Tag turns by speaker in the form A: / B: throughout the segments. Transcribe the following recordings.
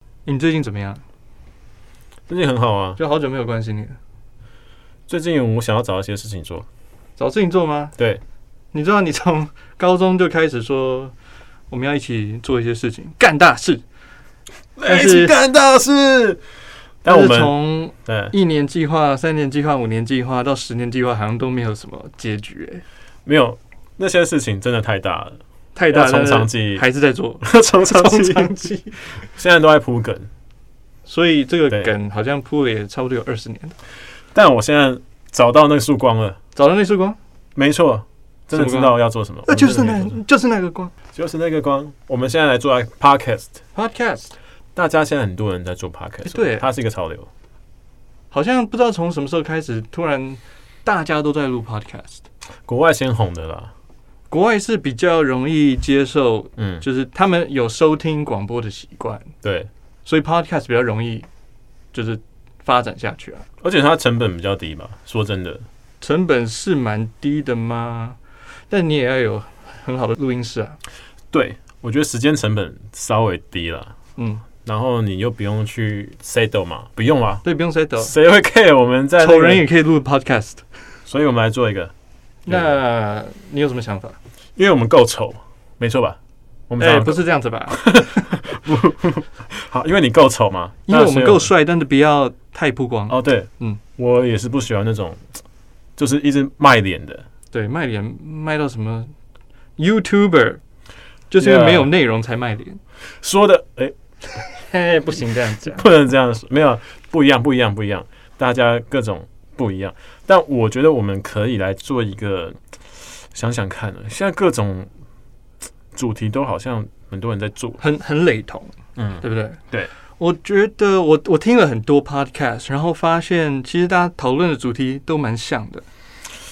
A: 哎你最近怎么样？
B: 最近很好啊，
A: 就好久没有关心你了，
B: 最近我想要找一些事情做。
A: 找事情做吗？
B: 对，
A: 你知道你从高中就开始说我们要一起做一些事情，干大事。但是
B: 干大事。但我
A: 是
B: 们
A: 从
B: 对
A: 一年计划、三年计划、五年计划到十年计划，好像都没有什么结局、欸，
B: 没有那些事情真的太大了，
A: 太大
B: 要从长
A: 了，
B: 计议，
A: 还是在做
B: 从长
A: 从
B: 计议，
A: 长计。
B: 现在都在铺梗。
A: 所以这个
B: 对
A: 梗好像铺了也差不多有二十年了。
B: 但我现在找到那个束光了，
A: 找到那束光，
B: 没错，真的知
A: 什么光
B: 道要做什么。
A: 那就是
B: 我
A: 那
B: 们真的可以做什
A: 哦
B: 么，
A: 就是那个光。
B: 就是那个光。我们现在来做 podcast，
A: Podcast
B: 大家现在很多人在做 podcast，哦
A: 哎对
B: 它是一个潮流。
A: 好像不知道从什么时候开始，突然大家都在录 Podcast。
B: 国外先红的啦，
A: 国外是比较容易接受，
B: 嗯，
A: 就是他们有收听广播的习惯，
B: 对，
A: 所以 Podcast 比较容易就是发展下去啊。
B: 而且它成本比较低吧。说真的，
A: 成本是蛮低的吗？但你也要有很好的录音室啊。
B: 对我觉得时间成本稍微低了，
A: 嗯，
B: 然后你又不用去 settle 嘛，不用啊，
A: 对，不用 set。
B: 谁会 care 我们在、那个
A: 丑人也可以录 Podcast。
B: 所以我们来做一个，
A: 那你有什么想法？
B: 因为我们够丑，没错吧？我们
A: 哎、
B: 常常
A: 不是这样子吧？
B: 好，因为你够丑嘛，
A: 因为我
B: 那所
A: 们
B: 以
A: 够帅，但是不要太曝光。
B: 哦，对，
A: 嗯
B: 嗯，我也是不喜欢那种就是一直卖脸的，
A: 对，卖脸卖到什么 YouTuber，就是因为
B: Yeah
A: 没有内容才卖脸。
B: 说的哎、
A: 嘿，不行这样讲。
B: 不能这样说，没有啊不一样，不一样，不一样，大家各种不一样。但我觉得我们可以来做一个，想想看，啊现在各种主题都好像很多人在做，
A: 很很雷同，
B: 嗯，
A: 对不对？
B: 对，
A: 我觉得我我听了很多 podcast，然后发现其实大家讨论的主题都蛮像的，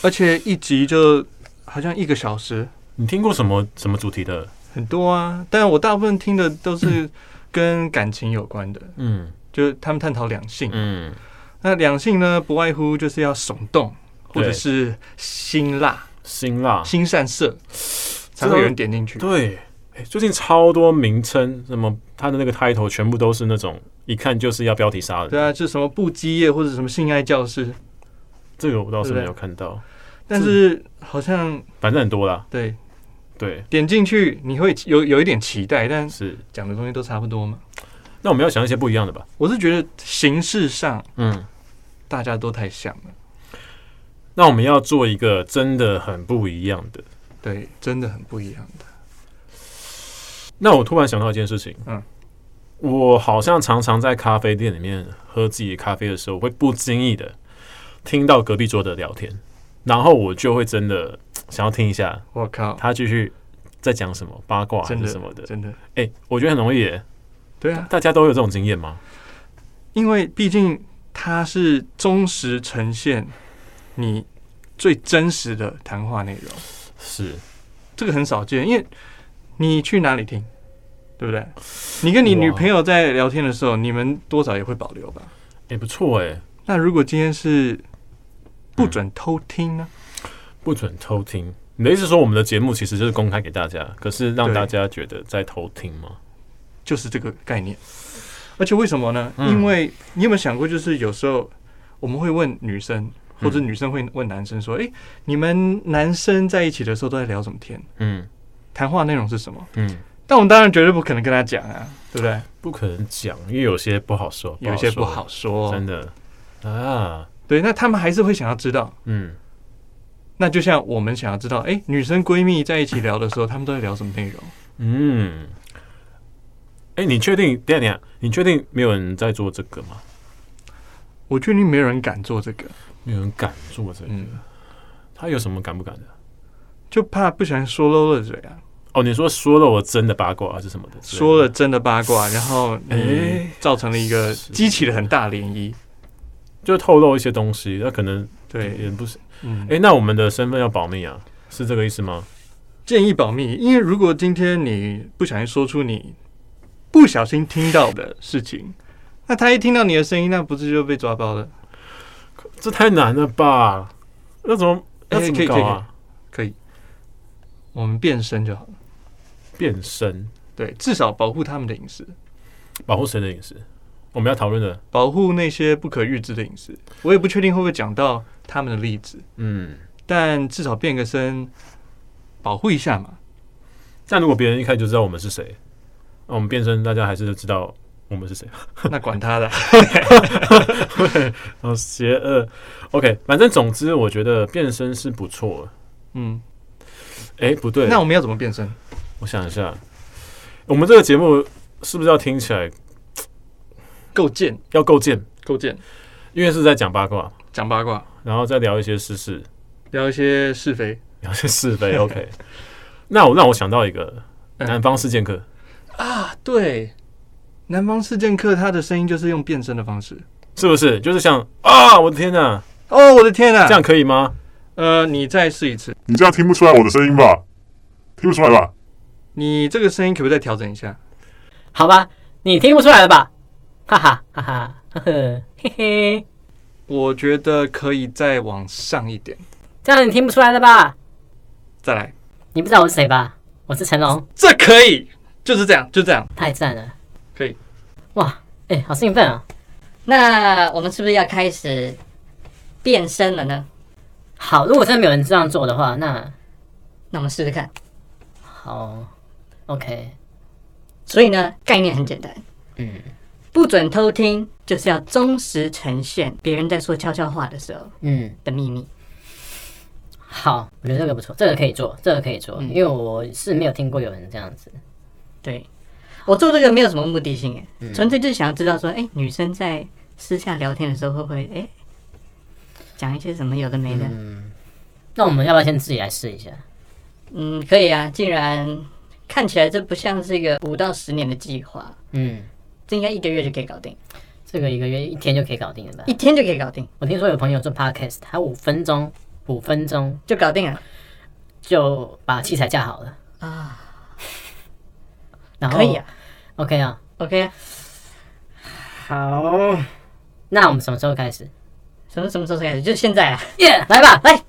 A: 而且一集就好像一个小时，
B: 你听过什么什么主题的？
A: 很多啊。但我大部分听的都是跟感情有关的，
B: 嗯
A: 就是他们探讨两性。
B: 嗯，
A: 那两性呢，不外乎就是要耸动，或者
B: 对啊
A: 是辛辣、
B: 辛辣，
A: 新善色，才会有人点进去。
B: 对，哎最近超多名称，什么它的那个 title 全部都是那种一看就是要标题杀人，
A: 对啊，就是什么不羁业或者什么性爱教室，
B: 这个我倒是
A: 对
B: 没有看到，
A: 但是好像
B: 反正很多啦，
A: 对
B: 对，
A: 点进去你会有有一点期待，但
B: 是。
A: 讲的东西都差不多嘛。
B: 那我们要想一些不一样的吧，
A: 我是觉得形式上
B: 嗯。
A: 大家都太像了，
B: 那我们要做一个真的很不一样的。
A: 对，真的很不一样的。
B: 那我突然想到一件事情，
A: 嗯
B: 嗯，我好像常常在咖啡店里面喝自己的咖啡的时候，我会不经意的听到隔壁桌的聊天，然后我就会真的嘖想要听一下
A: 我靠，
B: 他继续在讲什么八卦还
A: 真
B: 是
A: 的
B: 什么的。
A: 真的，
B: 哎、我觉得很容易耶，
A: 对啊，
B: 大家都有这种经验吗？
A: 因为毕竟它是忠实呈现你最真实的谈话内容，
B: 是，
A: 这个很少见，因为你去哪里听，对不对？你跟你女
B: 哇
A: 朋友在聊天的时候，你们多少也会保留吧？
B: 哎、不错哎、
A: 那如果今天是不准偷听呢？
B: 不准偷听。你的意思是说我们的节目其实就是公开给大家，可是让
A: 对
B: 大家觉得在偷听吗？
A: 就是这个概念。而且为什么呢？
B: 嗯
A: 因为你有没有想过，就是有时候我们会问女生，或者女生会问男生说：“诶，你们男生在一起的时候都在聊什么天？
B: 嗯
A: 谈话内容是什么
B: 嗯，？”
A: 但我们当然绝对不可能跟他讲啊，对不对？
B: 不可能讲，因为有些不好说，
A: 有一些不
B: 说
A: 好说。
B: 真的啊，
A: 对，那他们还是会想要知道。
B: 嗯，
A: 那就像我们想要知道，诶，女生闺蜜在一起聊的时候，她们都在聊什么内容？
B: 嗯，哎、你确定？等一下等一下，你确定没有人在做这个吗？
A: 我确定没有人敢做这个，
B: 没有人敢做这个，
A: 嗯，
B: 他有什么敢不敢的？
A: 就怕不小心说漏了嘴啊，
B: 哦，你说说了我真的八卦还啊是什么的？
A: 说了，真的八卦，然后你
B: 诶
A: 造成了一个
B: 是
A: 激起了很大涟漪。
B: 就透露一些东西，那可能也
A: 对，
B: 不是。
A: 嗯，
B: 哎、那我们的身份要保密啊，是这个意思吗？
A: 建议保密，因为如果今天你不小心说出你不小心听到的事情，那他一听到你的声音，那不是就被抓包了？
B: 这太难了吧？那怎么？那
A: 诶
B: 怎
A: 可
B: 么
A: 以
B: 搞
A: 可以
B: 啊？
A: 可以，我们变身就好了。
B: 变身
A: 对，至少保护他们的隐私。
B: 保护谁的隐私？我们要讨论的，
A: 保护那些不可预知的隐私。我也不确定会不会讲到他们的例子，
B: 嗯，
A: 但至少变个身，保护一下嘛。
B: 但如果别人一开始就知道我们是谁，那我们变身，大家还是知道我们是谁。
A: 那管他的，
B: 哦，邪恶。OK，反正总之，我觉得变身是不错。
A: 嗯。
B: 哎、不对，
A: 那我们要怎么变身？
B: 我想一下，我们这个节目是不是要听起来
A: 构建，
B: 要够贱？
A: 构建，
B: 因为是在讲八卦，
A: 讲八卦，
B: 然后再聊一些时事，
A: 聊一些是非。
B: 聊一些 是非。OK，那我让我想到一个
A: 嗯
B: 南方四剑客，
A: 啊，对，南方四剑客他的声音就是用变身的方式。
B: 是不是？就是像啊，我的天哪，
A: 哦，我的天啊！
B: 这样，可以吗？
A: 呃，你再试一次，
C: 你这样听不出来我的声音吧？听不出来吧？
A: 你这个声音可不可以再调整一下？
D: 好吧，你听不出来了吧？哈哈哈哈，呵呵，嘿嘿，
A: 我觉得可以再往上一点，
D: 这样你听不出来了吧？
A: 再来，
D: 你不知道我是谁吧？我是成龙，
A: 这可以，就是这样，就这样，
D: 太赞了！
A: 可以。
D: 哇，哎、好兴奋啊！
E: 那我们是不是要开始变身了呢？
D: 好，如果真的没有人这样做的话，那
E: 那我们试试看。
D: 好，OK，
E: 所以呢，概念很简单，
D: 嗯
E: 不准偷听，就是要忠实呈现别人在说悄悄话的时候
D: 嗯，
E: 的秘密。
D: 好，我觉得这个不错，这个可以做，这个可以做，
A: 嗯
D: 因为我是没有听过有人这样子。
E: 对，我做这个没有什么目的性，哎，纯粹就是想要知道说，哎，女生在私下聊天的时候会不会，哎，讲一些什么有的没的？
D: 那我们要不要先自己来试一下？
E: 嗯，可以啊，既然看起来这不像是一个五到十年的计划，
D: 嗯，
E: 这应该一个月就可以搞定，
D: 这个一个月一天就可以搞定了吧
E: 一？天就可以搞定，
D: 我听说有朋友做 podcast，他五分钟，五分钟
E: 就搞定了。
D: 就把器材架好了
E: 啊。
D: 然后
E: 可以啊
D: ，OK 啊，
E: ，OK 啊，
D: 好。那我们什么时候开始？
E: 嗯什么什么时候开始？就现在啊！
D: 耶、来吧，来，